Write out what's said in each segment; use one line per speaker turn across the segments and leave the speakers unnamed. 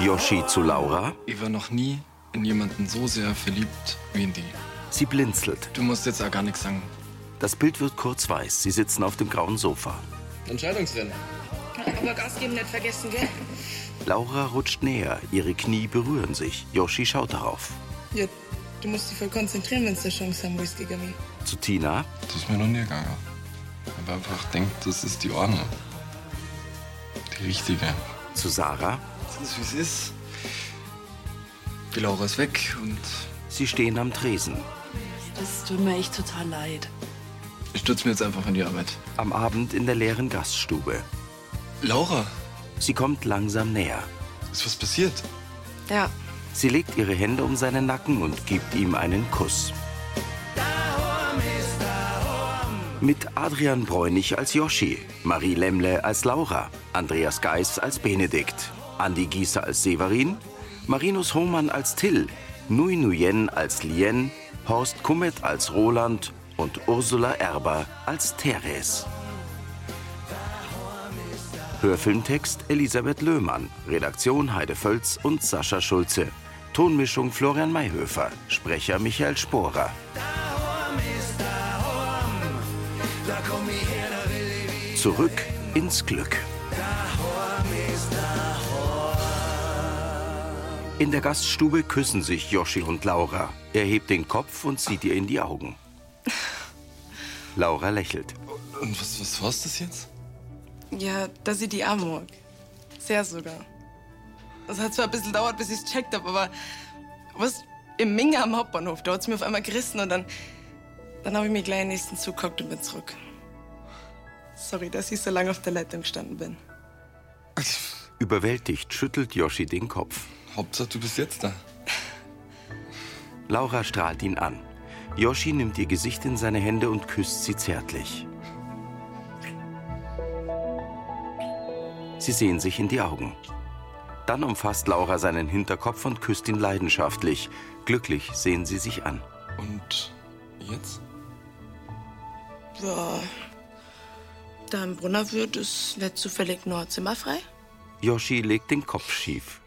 Yoshi zu Laura.
Ich war noch nie in jemanden so sehr verliebt wie in die.
Sie blinzelt.
Du musst jetzt auch gar nichts sagen.
Das Bild wird kurz weiß. Sie sitzen auf dem grauen Sofa.
Entscheidungsrennen.
Aber Gas geben nicht vergessen, gell?
Laura rutscht näher. Ihre Knie berühren sich. Yoshi schaut darauf.
Ja, du musst dich voll konzentrieren, wenn du eine Chance haben willst gegen mich.
Zu Tina.
Das ist mir noch nie gegangen. Aber einfach denkt, das ist die Ordnung. Die richtige.
Zu Sarah.
Es ist, wie es ist. Die Laura ist weg und
Sie stehen am Tresen.
Das tut mir echt total leid.
ich stürze mir jetzt einfach in die Arbeit.
Am Abend in der leeren Gaststube.
Laura,
Sie kommt langsam näher.
ist was passiert?
Ja,
Sie legt ihre Hände um seinen Nacken und gibt ihm einen Kuss. Mit Adrian Bräunig als Yoshi, Marie Lemle als Laura, Andreas Geis als Benedikt, Andi Gieser als Severin, Marinus Hohmann als Till, Nui Nuyen als Lien, Horst Kummet als Roland und Ursula Erber als Therese. Hörfilmtext Elisabeth Löhmann, Redaktion Heide Völz und Sascha Schulze, Tonmischung Florian Mayhöfer, Sprecher Michael Sporer. Zurück ins Glück. In der Gaststube küssen sich Yoshi und Laura. Er hebt den Kopf und sieht ihr in die Augen. Laura lächelt.
Und was, was war das jetzt?
Ja, dass ich die auch mag. Sehr sogar. Das hat zwar ein bisschen gedauert, bis ich's checkt hab, aber was im Minga am Hauptbahnhof, da hat's mir auf einmal gerissen und dann, dann hab ich mir gleich den nächsten Zug gehockt und bin zurück. Sorry, dass ich so lange auf der Leitung gestanden bin.
Überwältigt schüttelt Yoshi den Kopf.
Hauptsache, du bist jetzt da.
Laura strahlt ihn an. Yoshi nimmt ihr Gesicht in seine Hände und küsst sie zärtlich. Sie sehen sich in die Augen. Dann umfasst Laura seinen Hinterkopf und küsst ihn leidenschaftlich. Glücklich sehen sie sich an.
Und jetzt?
Ja, da im Brunner wird, ist nicht zufällig nur ein Zimmer frei?
Yoshi legt den Kopf schief.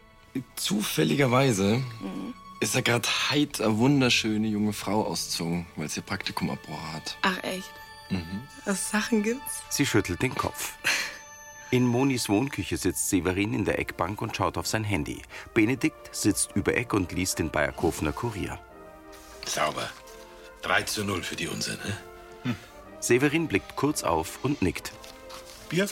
Zufälligerweise
Mhm.
ist ja gerade Heid eine wunderschöne junge Frau ausgezogen, weil sie ihr Praktikum abbrochen hat.
Ach echt? Was Sachen gibt's?
Sie schüttelt den Kopf. In Monis Wohnküche sitzt Severin in der Eckbank und schaut auf sein Handy. Benedikt sitzt über Eck und liest den Bayerkofener Kurier.
Sauber. 3 zu 0 für die Unsinn, ne?
Severin blickt kurz auf und nickt. Hm?
Bier?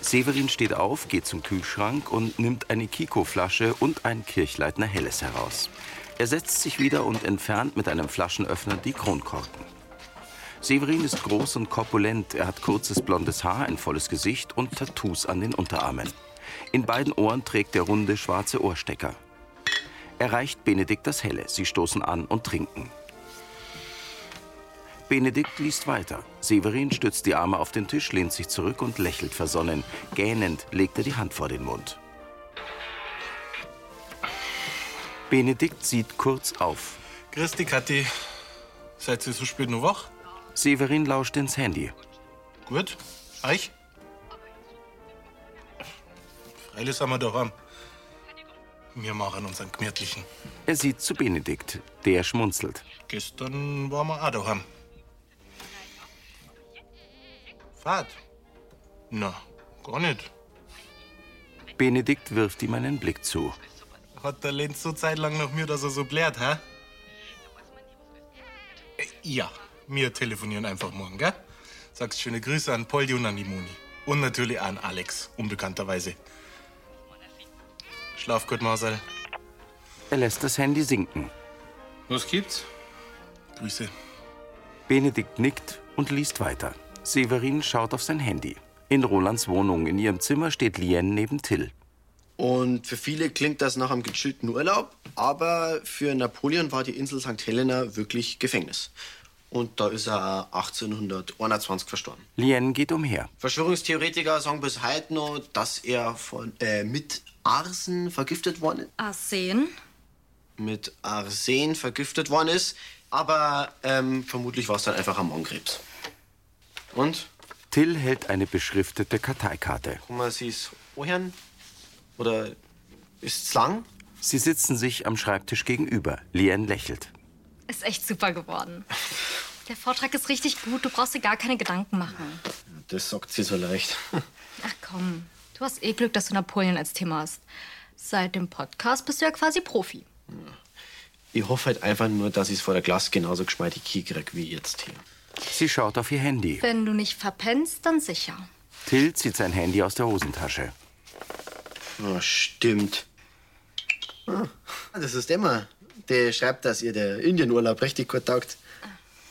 Severin steht auf, geht zum Kühlschrank und nimmt eine Kiko-Flasche und ein Kirchleitner Helles heraus. Er setzt sich wieder und entfernt mit einem Flaschenöffner die Kronkorken. Severin ist groß und korpulent. Er hat kurzes blondes Haar, ein volles Gesicht und Tattoos an den Unterarmen. In beiden Ohren trägt er runde schwarze Ohrstecker. Er reicht Benedikt das Helle. Sie stoßen an und trinken. Benedikt liest weiter. Severin stützt die Arme auf den Tisch, lehnt sich zurück und lächelt versonnen. Gähnend legt er die Hand vor den Mund. Benedikt sieht kurz auf.
Christi, Kathi. Seid ihr so spät noch wach?
Severin lauscht ins Handy.
Gut. Euch? Freilich sind wir daheim. Wir machen unseren gemütlichen.
Er sieht zu Benedikt. Der schmunzelt.
Gestern waren wir auch daheim. Fahrt? Na, gar nicht.
Benedikt wirft ihm einen Blick zu.
Hat der Lenz so zeitlang nach mir, dass er so blärt, hä? Äh, Ja, wir telefonieren einfach morgen, gell? Sagst schöne Grüße an Poldi und an die Moni. Und natürlich an Alex, unbekannterweise. Schlaf gut, Marcel.
Er lässt das Handy sinken.
Was gibt's?
Grüße.
Benedikt nickt und liest weiter. Severin schaut auf sein Handy. In Rolands Wohnung in ihrem Zimmer steht Lien neben Till.
Und für viele klingt das nach einem gechillten Urlaub, aber für Napoleon war die Insel St. Helena wirklich Gefängnis. Und da ist er 1821 verstorben.
Lien geht umher.
Verschwörungstheoretiker sagen bis heute noch, dass er von, äh, mit Arsen vergiftet worden ist.
Ah, Arsen?
Mit Arsen vergiftet worden ist, aber ähm, vermutlich war es dann einfach am Magenkrebs. Und?
Till hält eine beschriftete Karteikarte.
Kann man sie's anhören? Oder ist's lang?
Sie sitzen sich am Schreibtisch gegenüber. Lien lächelt.
Ist echt super geworden. Der Vortrag ist richtig gut. Du brauchst dir gar keine Gedanken machen.
Das sagt sie so leicht.
Ach komm, du hast eh Glück, dass du Napoleon als Thema hast. Seit dem Podcast bist du ja quasi Profi.
Ich hoffe halt einfach nur, dass ich es vor der Klasse genauso geschmeidig hinkrieg wie jetzt hier.
Sie schaut auf ihr Handy.
Wenn du nicht verpennst, dann sicher.
Till zieht sein Handy aus der Hosentasche.
Ah, stimmt. Ah, das ist immer. Der schreibt, dass ihr der Indienurlaub richtig gut taugt.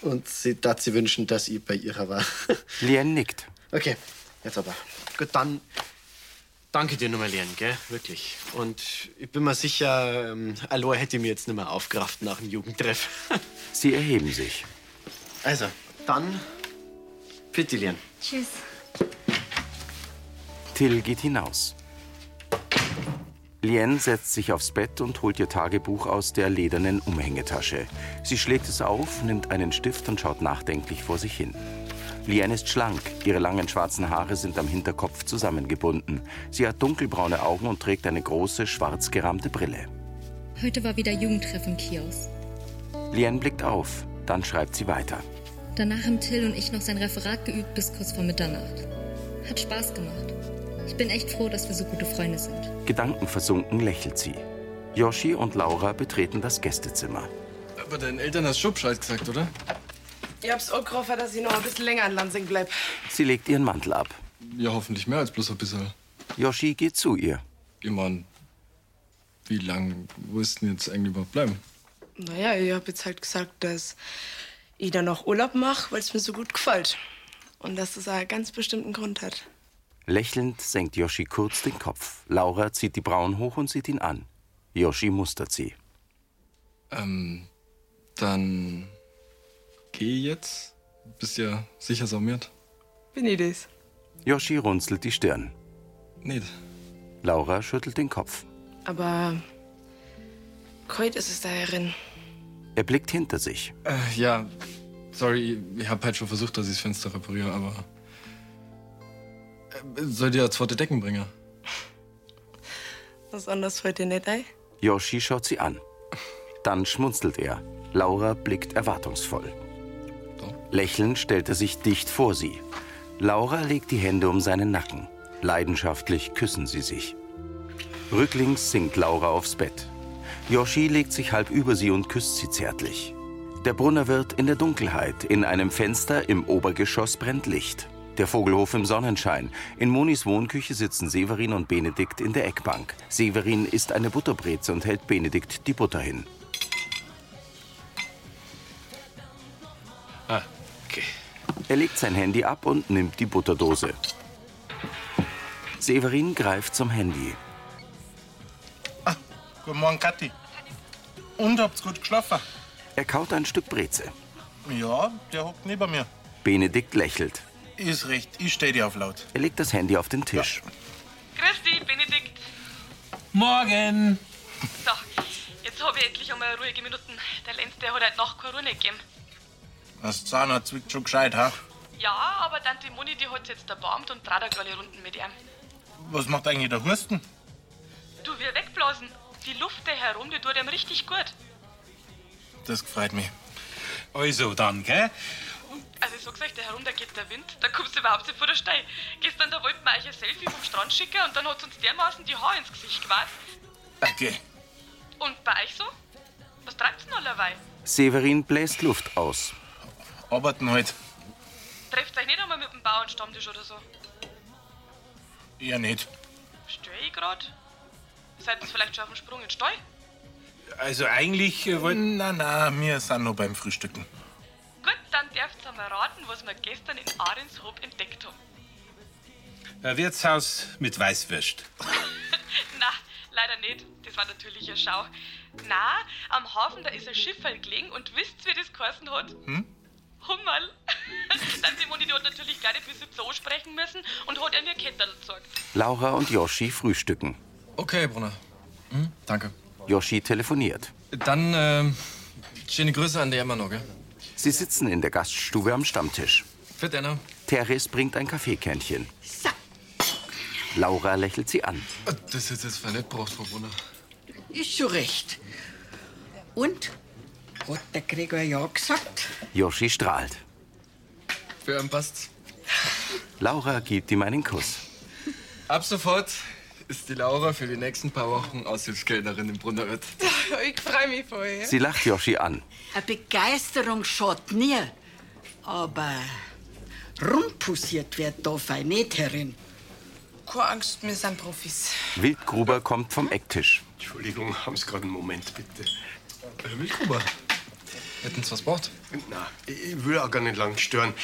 Und sie darf sie wünschen, dass ich bei ihrer war.
Lien nickt.
Okay, jetzt aber. Gut, dann danke dir nochmal, Leon, gell? Wirklich. Und ich bin mir sicher, ähm, Aloha hätte mir jetzt nicht mehr aufgerafft nach dem Jugendtreff.
Sie erheben sich.
Also, dann bitte, Leon.
Tschüss.
Till geht hinaus. Lien setzt sich aufs Bett und holt ihr Tagebuch aus der ledernen Umhängetasche. Sie schlägt es auf, nimmt einen Stift und schaut nachdenklich vor sich hin. Lien ist schlank, ihre langen schwarzen Haare sind am Hinterkopf zusammengebunden. Sie hat dunkelbraune Augen und trägt eine große, schwarz gerahmte Brille.
Heute war wieder Jugendtreffen Kiosk.
Lien blickt auf, dann schreibt sie weiter.
Danach haben Till und ich noch sein Referat geübt bis kurz vor Mitternacht. Hat Spaß gemacht. Ich bin echt froh, dass wir so gute Freunde sind.
Gedankenversunken lächelt sie. Yoshi und Laura betreten das Gästezimmer.
Aber deinen Eltern hast du schon Bescheid gesagt, oder?
Ich hab's auch gehofft, dass ich noch ein bisschen länger in Lansing bleib.
Sie legt ihren Mantel ab.
Ja, hoffentlich mehr als bloß ein bisschen.
Yoshi geht zu ihr.
Ich mein, wie lang willst du denn jetzt eigentlich überhaupt bleiben?
Naja, ich hab jetzt halt gesagt, dass ich dann noch Urlaub mache, weil es mir so gut gefällt. Und dass das einen ganz bestimmten Grund hat.
Lächelnd senkt Yoshi kurz den Kopf. Laura zieht die Brauen hoch und sieht ihn an. Yoshi mustert sie.
Ähm, dann geh jetzt. Bist ja sicher saumiert.
Bin ich das?
Yoshi runzelt die Stirn.
Nicht.
Laura schüttelt den Kopf.
Aber. Kreut ist es da herin.
Er blickt hinter sich.
Äh, ja, sorry, ich hab halt schon versucht, dass ich das Fenster repariere, aber. Äh, Soll dir eine zweite Deckenbringer?
Was anderes heute nicht, ey?
Yoshi schaut sie an. Dann schmunzelt er. Laura blickt erwartungsvoll. Lächelnd stellt er sich dicht vor sie. Laura legt die Hände um seinen Nacken. Leidenschaftlich küssen sie sich. Rücklings sinkt Laura aufs Bett. Yoshi legt sich halb über sie und küsst sie zärtlich. Der Brunnerwirt in der Dunkelheit. In einem Fenster im Obergeschoss brennt Licht. Der Vogelhof im Sonnenschein. In Monis Wohnküche sitzen Severin und Benedikt in der Eckbank. Severin isst eine Butterbreze und hält Benedikt die Butter hin.
Ah, okay.
Er legt sein Handy ab und nimmt die Butterdose. Severin greift zum Handy.
Guten Morgen, Kathi. Und habt's gut geschlafen?
Er kaut ein Stück Breze.
Ja, der hockt neben mir.
Benedikt lächelt.
Ist recht, ich steh dir auf laut.
Er legt das Handy auf den Tisch.
Christi, Benedikt.
Morgen!
So, jetzt habe ich endlich einmal ruhige Minuten. Der Lenz, der hat halt noch keine Ruhe nicht gegeben.
Das Zahnarzt zwickt schon gescheit, ha?
Ja, aber Tante Moni, die hat jetzt erbarmt und trat eine geile Runden mit ihm.
Was macht eigentlich der Husten?
Du, wir wegblasen. Die Luft da herum, die tut ihm richtig gut.
Das gefreut mich.
Also dann, gell?
Also ich sag's euch, da herum, da geht der Wind, da kommst du überhaupt nicht vor der Stein. Gestern, da wollten wir euch ein Selfie vom Strand schicken und dann hat's uns dermaßen die Haare ins Gesicht gewaht.
Okay.
Und bei euch so? Was treibt's denn allerweil?
Severin bläst Luft aus.
Arbeiten
halt
heute.
Trefft euch nicht einmal mit dem Bauernstammtisch oder so.
Eher nicht.
Stör ich grad? Seid ihr vielleicht schon auf dem Sprung in den Stall?
Also eigentlich äh, wollten. Na, na, wir sind noch beim Frühstücken.
Gut, dann dürft ihr mal raten, was wir gestern in Ahrenshoop entdeckt haben.
Ein Wirtshaus mit Weißwürst.
Na, leider nicht. Das war natürlich eine Schau. Na, am Hafen, da ist ein Schiff halt gelegen und wisst, wie das geheißen hat?
Hm?
Hummerl. dann die Moni, die hat natürlich gar nicht bis 17 Uhr sprechen müssen und hat ihr mir Kettel gezeigt.
Laura und Yoshi frühstücken.
Okay, Brunner. Hm, danke.
Yoshi telefoniert.
Dann, ähm, schöne Grüße an die Emma noch, gell?
Sie sitzen in der Gaststube am Stammtisch.
Fit, Anna.
Teres bringt ein Kaffeekännchen. Laura lächelt sie an.
Das ist jetzt nicht braucht, Frau Brunner.
Ist schon recht. Und? Hat der Gregor ja gesagt?
Yoshi strahlt.
Für einen passt's.
Laura gibt ihm einen Kuss.
Ab sofort ist die Laura für die nächsten paar Wochen Aushilfskellnerin im Brunnerwirt.
Ich freue mich voll.
Sie lacht Yoshi an.
Eine Begeisterung schaut nie. Aber rumpussiert wird da fein nicht herin.
Keine Angst, wir sind Profis.
Wildgruber kommt vom Ecktisch.
Entschuldigung, haben Sie gerade einen Moment, bitte. Herr
Wildgruber, hätten Sie was braucht?
Na, ich will auch gar nicht lang stören.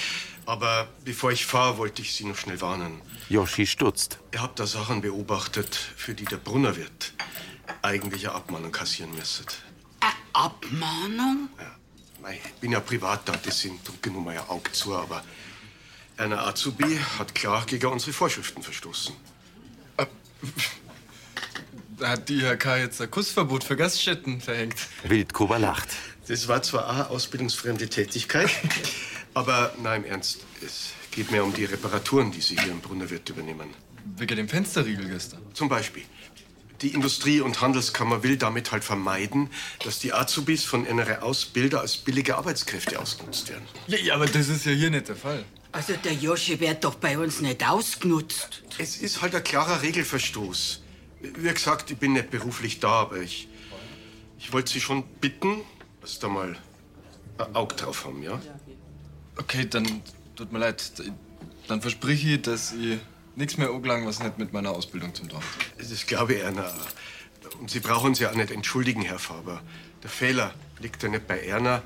Aber bevor ich fahre, wollte ich Sie noch schnell warnen.
Yoshi stutzt.
Ihr habt da Sachen beobachtet, für die der Brunnerwirt eigentlich eine Abmahnung kassieren müsstet.
Abmahnung?
Mei, Ich bin ja privat da, deswegen drücke ich nur mein Auge zu, aber einer Azubi hat klar gegen unsere Vorschriften verstoßen.
Da hat die IHK jetzt ein Kussverbot für Gaststätten verhängt.
Wildgruber lacht.
Das war zwar eine ausbildungsfremde Tätigkeit, aber nein, im Ernst, es geht mir um die Reparaturen, die Sie hier im Brunnerwirt übernehmen.
Wegen dem Fensterriegel gestern.
Zum Beispiel. Die Industrie- und Handelskammer will damit halt vermeiden, dass die Azubis von NRA Ausbilder als billige Arbeitskräfte ausgenutzt werden.
Ja, aber das ist ja hier nicht der Fall.
Also der Joschi wird doch bei uns nicht ausgenutzt.
Es ist halt ein klarer Regelverstoß. Wie gesagt, ich bin nicht beruflich da, aber ich, ich wollte Sie schon bitten, dass Sie da mal ein Auge drauf haben, ja?
Okay, dann tut mir leid. Dann verspreche ich, dass ich nichts mehr angelangt, was nicht mit meiner Ausbildung zum Dorf.
Das glaube ich, Erna. Und Sie brauchen sich auch nicht entschuldigen, Herr Faber. Der Fehler liegt ja nicht bei Erna,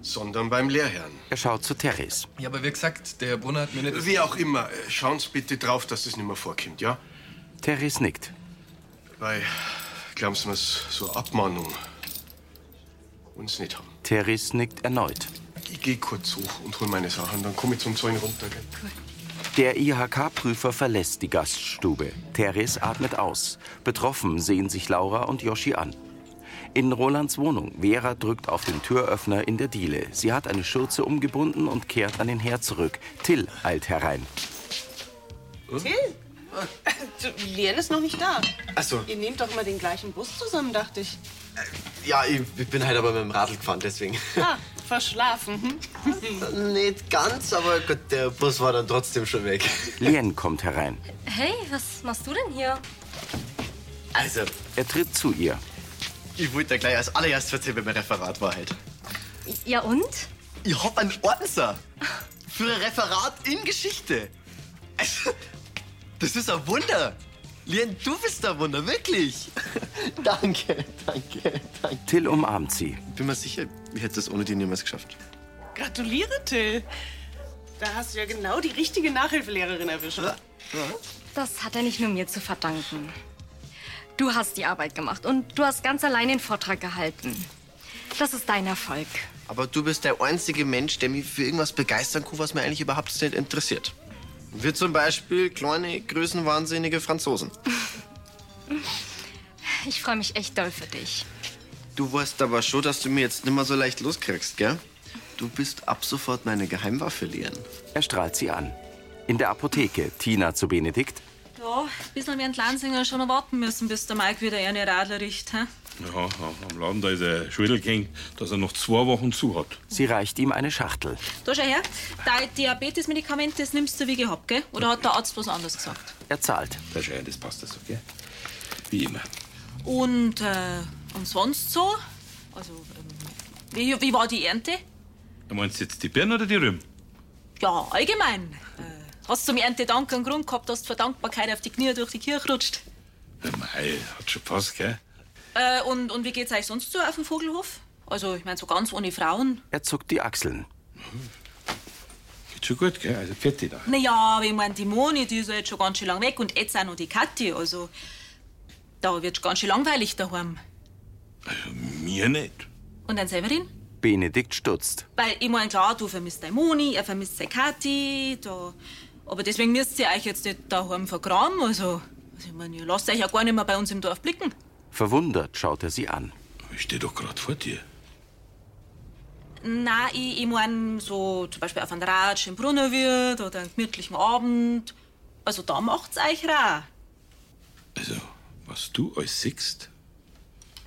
sondern beim Lehrherrn.
Er schaut zu Therese.
Ja, aber wie gesagt, der Herr Brunner hat mir nicht...
Wie auch immer, äh, schauen Sie bitte drauf, dass das nicht mehr vorkommt, ja?
Therese nickt.
Weil, glauben Sie mir, so eine Abmahnung uns nicht haben.
Therese nickt erneut.
Ich gehe kurz hoch und hol meine Sachen, dann komme ich zum Zäun runter. Gell?
Der IHK-Prüfer verlässt die Gaststube. Therese atmet aus. Betroffen sehen sich Laura und Yoshi an. In Rolands Wohnung. Vera drückt auf den Türöffner in der Diele. Sie hat eine Schürze umgebunden und kehrt an den Herd zurück. Till eilt herein.
Till? Du, Leon ist noch nicht da.
Ach so.
Ihr nehmt doch immer den gleichen Bus zusammen, dachte ich.
Ja, ich ich bin halt aber mit dem Radl gefahren, deswegen.
Ah, verschlafen. Hm?
Nicht ganz, aber gut, der Bus war dann trotzdem schon weg.
Lien kommt herein.
Hey, was machst du denn hier?
Also,
er tritt zu ihr.
Ich wollte da gleich als allererst erzählen, wenn mein Referat war halt.
Ja und?
Ich hab einen Ordner für ein Referat in Geschichte. Also, das ist ein Wunder. Lien, du bist ein Wunder, wirklich. danke, danke, danke.
Till umarmt sie.
Bin mir sicher, ich hätte das ohne die niemals geschafft.
Gratuliere, Till. Da hast du ja genau die richtige Nachhilfelehrerin erwischt.
Das hat er nicht nur mir zu verdanken. Du hast die Arbeit gemacht und du hast ganz allein den Vortrag gehalten. Das ist dein Erfolg.
Aber du bist der einzige Mensch, der mich für irgendwas begeistern kann, was mir eigentlich überhaupt nicht interessiert. Wir zum Beispiel kleine, größenwahnsinnige Franzosen.
Ich freue mich echt doll für dich.
Du weißt aber schon, dass du mir jetzt nicht mehr so leicht loskriegst, gell? Du bist ab sofort meine Geheimwaffe, Leon.
Er strahlt sie an. In der Apotheke. Tina zu Benedikt.
Ja, ein bisschen wie ein Landsinger schon erwarten müssen, bis der Mike wieder eine Radler riecht. He?
Ja, am Laden, da ist er Schwedel dass er noch zwei Wochen zu hat.
Sie reicht ihm eine Schachtel.
Da schau her, dein Diabetesmedikament, das nimmst du wie gehabt, gell? Oder hat der Arzt was anderes gesagt?
Er zahlt.
Der Schein, das passt das, okay? Wie immer.
Und, äh, und sonst so? Also, ähm, wie, wie war die Ernte?
Du meinst jetzt die Birnen oder die Rüben?
Ja, allgemein. Äh, hast du zum Erntedank einen Grund gehabt, dass du vor Dankbarkeit auf die Knie durch die Kirche rutscht?
Ja, mei, hat schon passt, gell?
Äh, und, und wie geht's euch sonst so auf dem Vogelhof? Also, ich meine, so ganz ohne Frauen.
Er zuckt die Achseln.
Geht schon gut, gell? Also, vierte da.
Naja, aber ich meine, die Moni, die ist ja jetzt schon ganz schön lang weg und jetzt auch noch die Kathi. Also, da wird's ganz schön langweilig daheim.
Mir nicht.
Und dann Severin?
Benedikt stutzt.
Weil ich mein, klar, du vermisst deine Moni, er vermisst seine Kathi, da. Aber deswegen müsst ihr euch jetzt nicht daheim vergraben. Also, also ich mein, ihr lasst euch ja gar nicht mehr bei uns im Dorf blicken.
Verwundert schaut er sie an.
Ich stehe doch gerade vor dir.
Na, ich, ich mein, so zum Beispiel auf einem Ratsch im Brunnerwirt oder einen gemütlichen Abend. Also da macht's euch rar.
Also, was du alles siehst?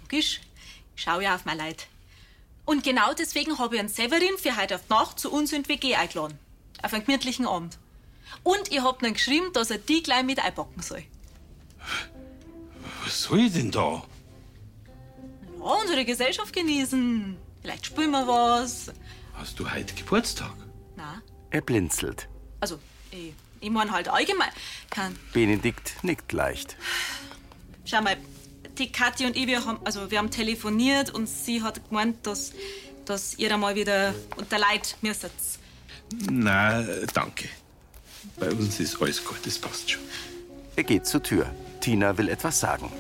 Logisch. Ich schau ja auf mein Leid. Und genau deswegen habe ich einen Severin für heute auf die Nacht zu uns in die WG eingeladen. Auf einen gemütlichen Abend. Und ich hab dann geschrieben, dass er die gleich mit einpacken soll.
Was soll ich denn da?
Ja, unsere Gesellschaft genießen. Vielleicht spielen wir was.
Hast du heute Geburtstag?
Na,
Er blinzelt.
also, ich, ich mein halt allgemein. Kann,
Benedikt nickt leicht.
Schau mal, die Kathi und ich, wir haben, also wir haben telefoniert und sie hat gemeint, dass, dass ihr da mal wieder unter Leid müsstet.
Na, äh, danke. Bei uns ist alles gut, das passt schon.
Er geht zur Tür. Tina will etwas sagen.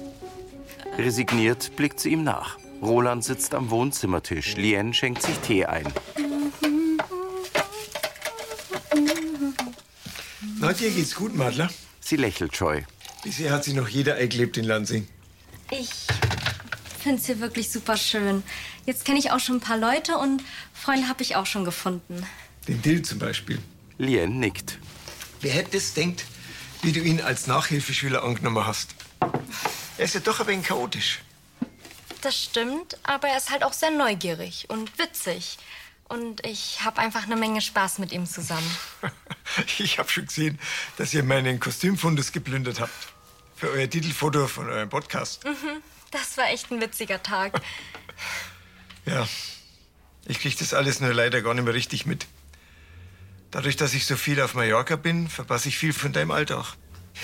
Resigniert blickt sie ihm nach. Roland sitzt am Wohnzimmertisch. Lien schenkt sich Tee ein.
Na, dir geht's gut, Madler.
Sie lächelt scheu.
Bisher hat sich noch jeder eingelebt in Lansing.
Ich finde es hier wirklich super schön. Jetzt kenne ich auch schon ein paar Leute und Freunde habe ich auch schon gefunden.
Den Dill zum Beispiel.
Lien nickt.
Wer hätte es denkt, wie du ihn als Nachhilfeschüler angenommen hast? Er ist ja doch ein wenig chaotisch.
Das stimmt, aber er ist halt auch sehr neugierig und witzig. Und ich habe einfach eine Menge Spaß mit ihm zusammen.
Ich habe schon gesehen, dass ihr meinen Kostümfundus geplündert habt. Für euer Titelfoto von eurem Podcast.
Mhm, Das war echt ein witziger Tag.
Ja, ich krieg das alles nur leider gar nicht mehr richtig mit. Dadurch, dass ich so viel auf Mallorca bin, verpasse ich viel von deinem Alltag.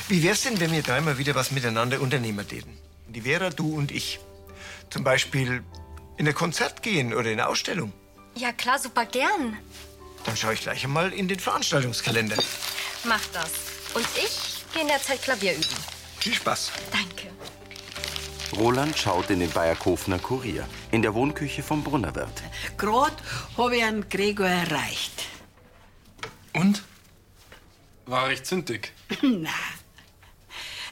Wie wär's denn, wenn wir da mal wieder was miteinander unternehmen täten? Die Vera, du und ich. Zum Beispiel in ein Konzert gehen oder in eine Ausstellung.
Ja klar, super gern.
Dann schaue ich gleich einmal in den Veranstaltungskalender.
Mach das. Und ich gehe in der Zeit Klavier üben.
Viel Spaß.
Danke.
Roland schaut in den Bayerkofener Kurier. In der Wohnküche vom Brunnerwirt.
Gerade habe ich einen Gregor erreicht.
Und? War recht zündig.
Na.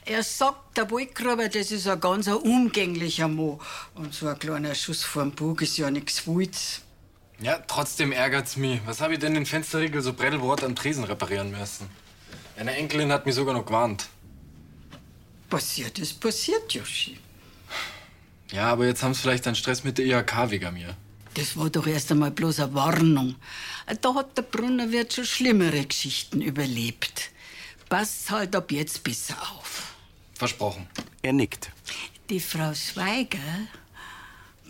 Er sagt, der Waldgruber, das ist ein ganz ein umgänglicher Mann. Und so ein kleiner Schuss vorm Bug ist ja nichts Wildes.
Ja, trotzdem ärgert's mich. Was habe ich denn den Fensterriegel so brettelwort am Tresen reparieren müssen? Eine Enkelin hat mich sogar noch gewarnt.
Passiert ist passiert, Joschi.
Ja, aber jetzt haben's vielleicht einen Stress mit der IHK wegen mir.
Das war doch erst einmal bloß eine Warnung. Da hat der Brunnerwirt schon schlimmere Geschichten überlebt. Passt halt ab jetzt besser auf.
Versprochen.
Er nickt.
Die Frau Schweiger,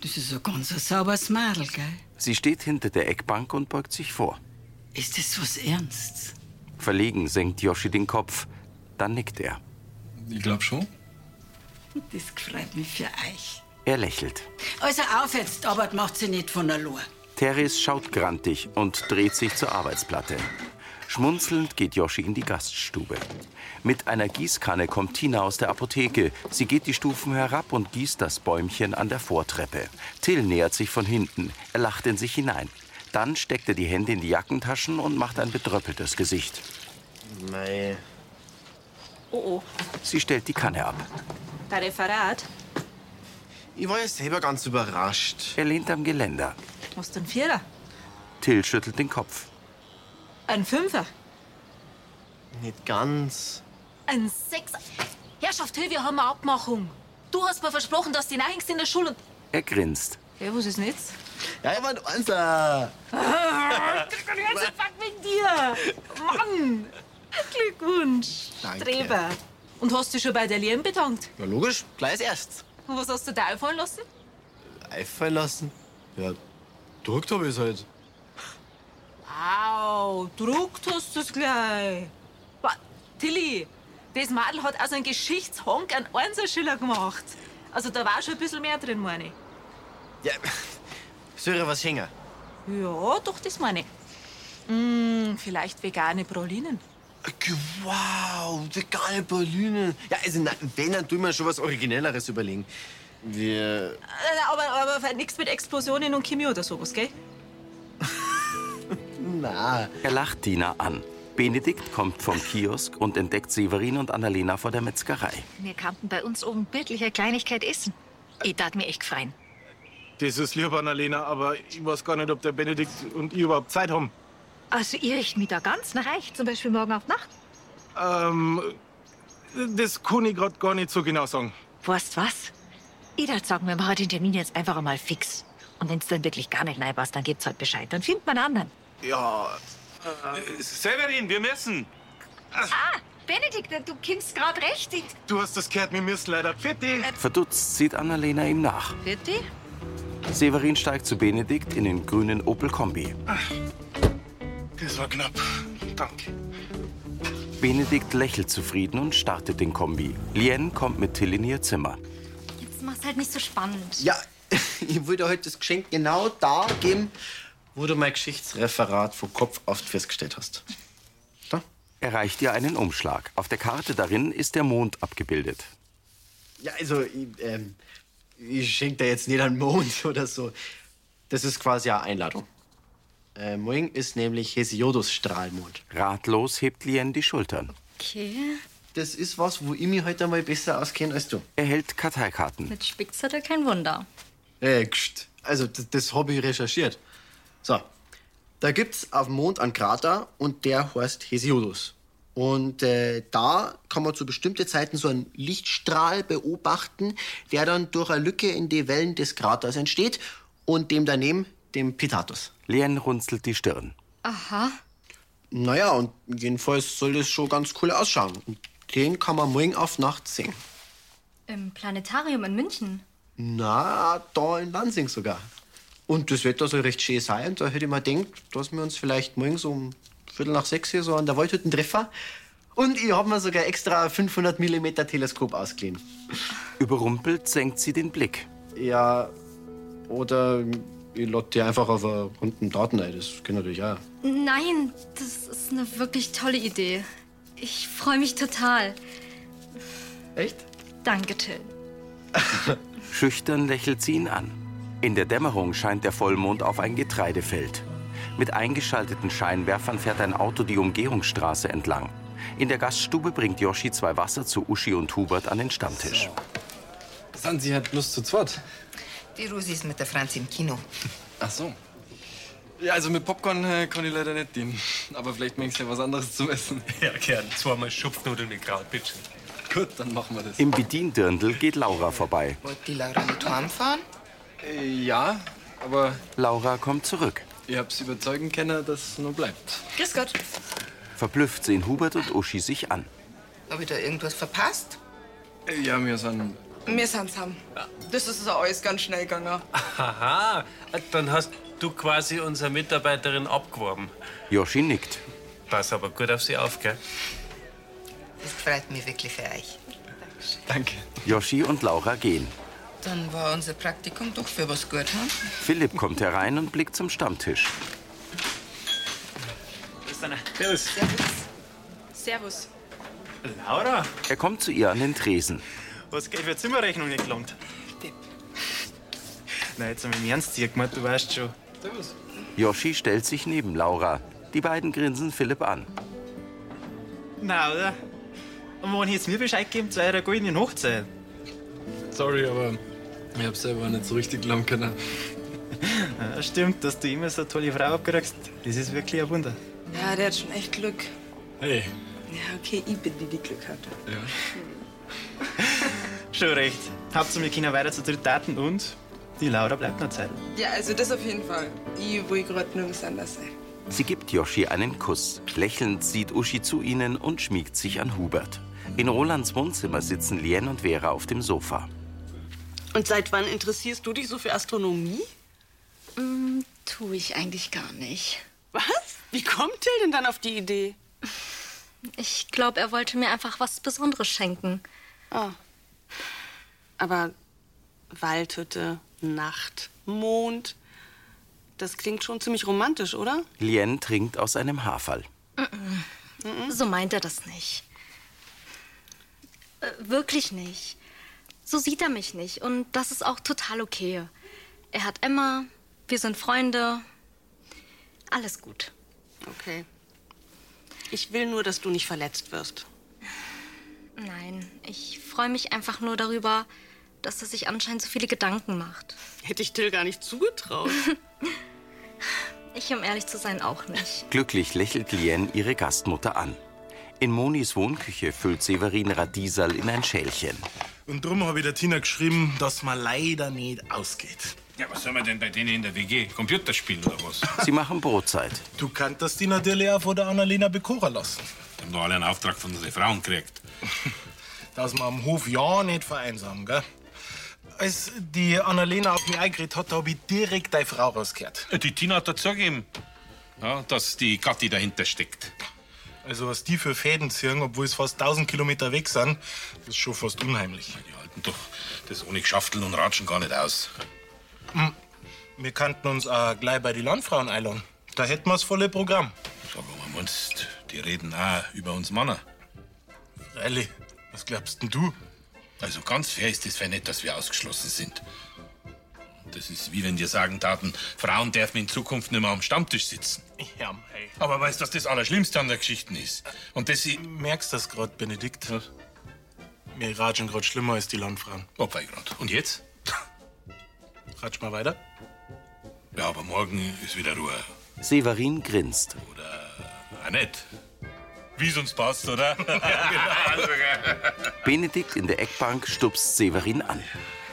das ist ein ganz ein sauberes Mädel, gell?
Sie steht hinter der Eckbank und beugt sich vor.
Ist das was Ernstes?
Verlegen senkt Yoshi den Kopf. Dann nickt er.
Ich glaub schon.
Das freut mich für euch.
Er lächelt.
Also auf jetzt, Arbeit macht sie nicht von allein.
Teres schaut grantig und dreht sich zur Arbeitsplatte. Schmunzelnd geht Yoshi in die Gaststube. Mit einer Gießkanne kommt Tina aus der Apotheke. Sie geht die Stufen herab und gießt das Bäumchen an der Vortreppe. Till nähert sich von hinten. Er lacht in sich hinein. Dann steckt er die Hände in die Jackentaschen und macht ein bedröppeltes Gesicht.
Mei.
Oh oh,
Sie stellt die Kanne ab.
der Referat.
Ich war ja selber ganz überrascht.
Er lehnt am Geländer.
Was denn Vierer?
Till schüttelt den Kopf.
Ein Fünfer?
Nicht ganz.
Ein Sechser? Herrschaft Hill, wir haben eine Abmachung. Du hast mir versprochen, dass du die nachhängst in der Schule und...
Er grinst.
Ja, was ist nichts?
Ja, ich also. war ein Einser.
Ich krieg einen ganzen Pack wegen dir. Mann, Glückwunsch.
Danke.
Streber. Und hast du schon bei der Lien bedankt?
Na logisch, gleich als erst.
Und was hast du da einfallen lassen?
Einfallen lassen. Ja, druckt habe ich es halt.
Wow, druckt hast du's gleich. Wa- Tilly, das Madel hat aus einem Geschichtshonk einen Einserschüler gemacht. Also da war schon ein bisschen mehr drin, meine ich.
Ja, Söre was hängen.
Ja, doch, das meine ich. Mm, vielleicht vegane Pralinen.
Wow, vegane Berliner. Ja, also na, wenn, dann tun wir schon was Originelleres überlegen. Wir.
Äh, Aber, aber nichts mit Explosionen und Chemie oder sowas, gell?
Na.
Er lacht Tina an. Benedikt kommt vom Kiosk und entdeckt Severin und Annalena vor der Metzgerei.
Wir kannten bei uns oben bildliche Kleinigkeit essen. Ich tat mir echt freuen.
Das ist lieb, Annalena, aber ich weiß gar nicht, ob der Benedikt und ich überhaupt Zeit haben.
Also, ihr richt mich da ganz nach recht, zum Beispiel morgen auf Nacht.
Ähm, das kann ich gerade gar nicht so genau sagen.
Weißt was? Ich dachte, sagen wir machen den Termin jetzt einfach einmal fix. Und wenn es dann wirklich gar nicht reinpasst, dann gibt's halt Bescheid. Dann findet man einen anderen.
Ja.
äh,
Severin, wir müssen.
Ah, Benedikt, du kommst gerade recht. Ich-
Du hast das gehört, wir müssen leider. Pfitti.
Verdutzt sieht Annalena ihm nach.
Bitte?
Severin steigt zu Benedikt in den grünen Opel-Kombi.
Das war knapp. Danke.
Benedikt lächelt zufrieden und startet den Kombi. Lien kommt mit Till in ihr Zimmer.
Jetzt mach's halt nicht so spannend.
Ja, ich wollte heute das Geschenk genau da geben, wo du mein Geschichtsreferat vor Kopf auf festgestellt hast.
Er reicht ihr einen Umschlag. Auf der Karte darin ist der Mond abgebildet.
Ja, also, ich, ähm, ich schenke da jetzt nicht einen Mond oder so. Das ist quasi eine Einladung. Äh, morgen ist nämlich Hesiodus-Strahlmond.
Ratlos hebt Lien die Schultern.
Okay.
Das ist was, wo ich mich heute mal besser auskenne als du.
Er hält Karteikarten.
Mit Spitz hat er kein Wunder.
Äh, gst. also, das, das habe ich recherchiert. So, da gibt's auf dem Mond einen Krater und der heißt Hesiodus. Und äh, da kann man zu bestimmten Zeiten so einen Lichtstrahl beobachten, der dann durch eine Lücke in die Wellen des Kraters entsteht und dem daneben dem Pitatus.
Lien runzelt die Stirn.
Aha.
Naja, und jedenfalls soll das schon ganz cool ausschauen. Und den kann man morgen auf Nacht sehen.
Im Planetarium in München.
Na, da in Lansing sogar. Und das Wetter soll recht schön sein. Da hätte ich mir gedacht, dass wir uns vielleicht morgen so um Viertel nach sechs hier so an der Waldhütten treffen. Und ich hab mir sogar extra 500 mm Teleskop ausgeliehen.
Überrumpelt senkt sie den Blick.
Ja, oder ich lade dir einfach auf einen runden Daten ein. Das geht natürlich auch.
Nein, das ist eine wirklich tolle Idee. Ich freue mich total.
Echt?
Danke, Till.
Schüchtern lächelt sie ihn an. In der Dämmerung scheint der Vollmond auf ein Getreidefeld. Mit eingeschalteten Scheinwerfern fährt ein Auto die Umgehungsstraße entlang. In der Gaststube bringt Yoshi zwei Wasser zu Uschi und Hubert an den Stammtisch.
Sansi hat halt bloß zu zweit.
Die Rosi ist mit der Franzi im Kino.
Ach so. Ja, also mit Popcorn äh, kann ich leider nicht dienen. Aber vielleicht mengst du ja was anderes zum Essen. Ja, gern. Zweimal Schupfnudeln mit Gratbitschen. Gut, dann machen wir das.
Im Bediendirndl geht Laura vorbei.
Wollt die Laura nicht heimfahren?
Äh, ja, aber
Laura kommt zurück.
ihr habt's überzeugen können, dass es nur bleibt.
Grüß Gott.
Verblüfft sehen Hubert und Uschi sich an.
Hab ich da irgendwas verpasst?
Äh, Ja, mir sind.
Wir sind's haben. Das ist so alles ganz schnell gegangen.
Haha, dann hast du quasi unsere Mitarbeiterin abgeworben.
Yoshi nickt.
Pass aber gut auf sie auf, gell?
Das freut mich wirklich für euch.
Danke.
Yoshi und Laura gehen.
Dann war unser Praktikum doch für was gut, hm?
Philipp kommt herein und blickt zum Stammtisch.
Servus.
Servus.
Laura? Er kommt zu ihr an den Tresen.
Was Geld für Zimmerrechnung nicht gelangt. Na, jetzt hab ich im Ernst dir gemeint, du weißt schon.
Servus.
Yoshi stellt sich neben Laura. Die beiden grinsen Philipp an.
Na, oder? Und wann hättest mir Bescheid gegeben zu eurer goldenen Hochzeit?
Sorry, aber ich hab's selber nicht so richtig lang können.
Ja, stimmt, dass du immer so eine tolle Frau abkriegst. Das ist wirklich ein Wunder.
Ja, der hat schon echt Glück.
Hey.
Ja, okay, ich bin die, die Glück hat.
Ja. Schon recht. Hauptsache, wir können weiter zu dritt daten und die Laura bleibt noch Zeit.
Ja, also das auf jeden Fall. Ich will gerade nirgends anders sein.
Sie gibt Yoshi einen Kuss. Lächelnd sieht Uschi zu ihnen und schmiegt sich an Hubert. In Rolands Wohnzimmer sitzen Lien und Vera auf dem Sofa.
Und seit wann interessierst du dich so für Astronomie?
Mm, tue ich eigentlich gar nicht.
Was? Wie kommt Till denn dann auf die Idee?
Ich glaube, er wollte mir einfach was Besonderes schenken.
Ah. Aber Waldhütte, Nacht, Mond. Das klingt schon ziemlich romantisch, oder?
Lien trinkt aus einem Haferl.
Mhm. So meint er das nicht. Äh, wirklich nicht. So sieht er mich nicht. Und das ist auch total okay. Er hat Emma, wir sind Freunde. Alles gut.
Okay. Ich will nur, dass du nicht verletzt wirst.
Nein, ich freue mich einfach nur darüber, dass er sich anscheinend so viele Gedanken macht.
Hätte ich Till gar nicht zugetraut.
ich, um ehrlich zu sein, auch nicht.
Glücklich lächelt Lien ihre Gastmutter an. In Monis Wohnküche füllt Severin Radiesal in ein Schälchen.
Und drum habe ich der Tina geschrieben, dass man leider nicht ausgeht.
Ja, was soll man denn bei denen in der WG? Computer spielen oder was?
Sie machen Brotzeit.
Du kanntest die natürlich auch von der Annalena bekochen lassen.
Die haben da alle einen Auftrag von unseren Frauen gekriegt.
Dass man am Hof ja nicht vereinsamen, gell? Als die Annalena auf mich eingeredet hat, habe ich direkt deine Frau rausgehört.
Die Tina hat dazu gegeben, ja, dass die Kathi dahinter steckt.
Also, was die für Fäden ziehen, obwohl es fast 1000 Kilometer weg sind, das ist schon fast unheimlich.
Und doch, das ohne Schafteln und Ratschen gar nicht aus.
Hm. Wir könnten uns auch gleich bei den Landfrauen einladen. Da hätten wir das volle Programm.
Sag mal, meinst die reden auch über uns Männer?
Freilich. Was glaubst denn du?
Also ganz fair ist es, wenn nicht, dass wir ausgeschlossen sind. Das ist wie wenn dir sagen taten, Frauen dürfen in Zukunft nicht mehr am Stammtisch sitzen.
Ja, mei.
Aber weißt du, was das Allerschlimmste an der Geschichte ist? Und das ich...
Merkst das gerade, Benedikt? Was? Wir ratschen gerade schlimmer als die Landfrauen.
Wobei gerade. Und jetzt?
Ratsch mal weiter.
Ja, aber morgen ist wieder Ruhe.
Severin grinst.
Ah, nicht. Wie es uns passt, oder? genau.
Benedikt in der Eckbank stupst Severin an.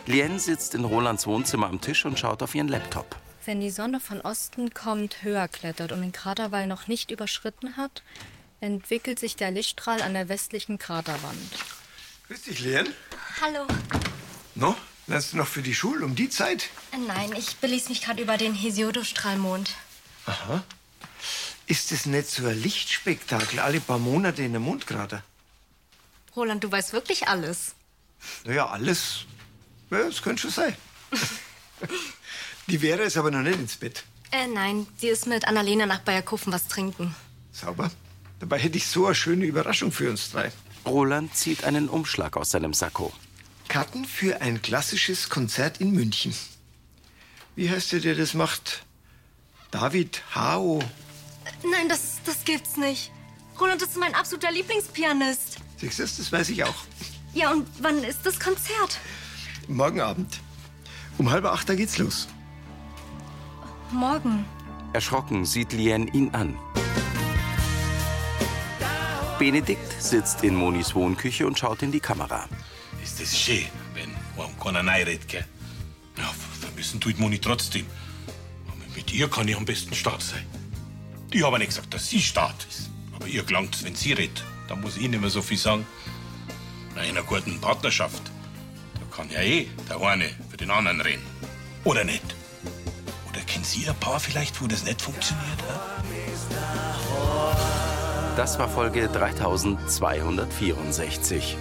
Lien sitzt in Rolands Wohnzimmer am Tisch und schaut auf ihren Laptop.
Wenn die Sonne von Osten kommt, höher klettert und den Kraterwall noch nicht überschritten hat, entwickelt sich der Lichtstrahl an der westlichen Kraterwand.
Grüß dich, Leon.
Hallo.
No? Lernst du noch für die Schule um die Zeit?
Äh, Nein, ich beließ mich gerade über den Hesiodo-Strahlmond.
Aha. Ist das nicht so ein Lichtspektakel alle paar Monate in der Mondkrater?
Roland, du weißt wirklich alles.
Naja, alles. Ja, das könnte schon sein. die Vera ist aber noch nicht ins Bett.
Äh, nein, sie ist mit Annalena nach Bayerkofen was trinken.
Sauber. Dabei hätte ich so eine schöne Überraschung für uns drei.
Roland zieht einen Umschlag aus seinem Sakko.
Karten für ein klassisches Konzert in München. Wie heißt der, der das macht? David Hao.
Äh, Nein, das, das gibt's nicht. Roland ist mein absoluter Lieblingspianist.
Siehst du, das weiß ich auch.
Ja, und wann ist das Konzert?
Morgen Abend. Um halb acht, da geht's los.
Morgen.
Erschrocken sieht Lien ihn an. Benedikt sitzt in Monis Wohnküche und schaut in die Kamera.
Ist das schön, wenn einem keiner neidet, gell? Ja, vermissen tut Moni trotzdem. Aber mit ihr kann ich am besten Start sein. Ich habe nicht gesagt, dass sie Staat ist. Aber ihr gelangt's, wenn sie redet. Da muss ich nicht mehr so viel sagen. In einer guten Partnerschaft, da kann ja eh der eine für den anderen reden. Oder nicht? Oder kennen Sie ein paar vielleicht, wo das nicht funktioniert?
Das war Folge 3264.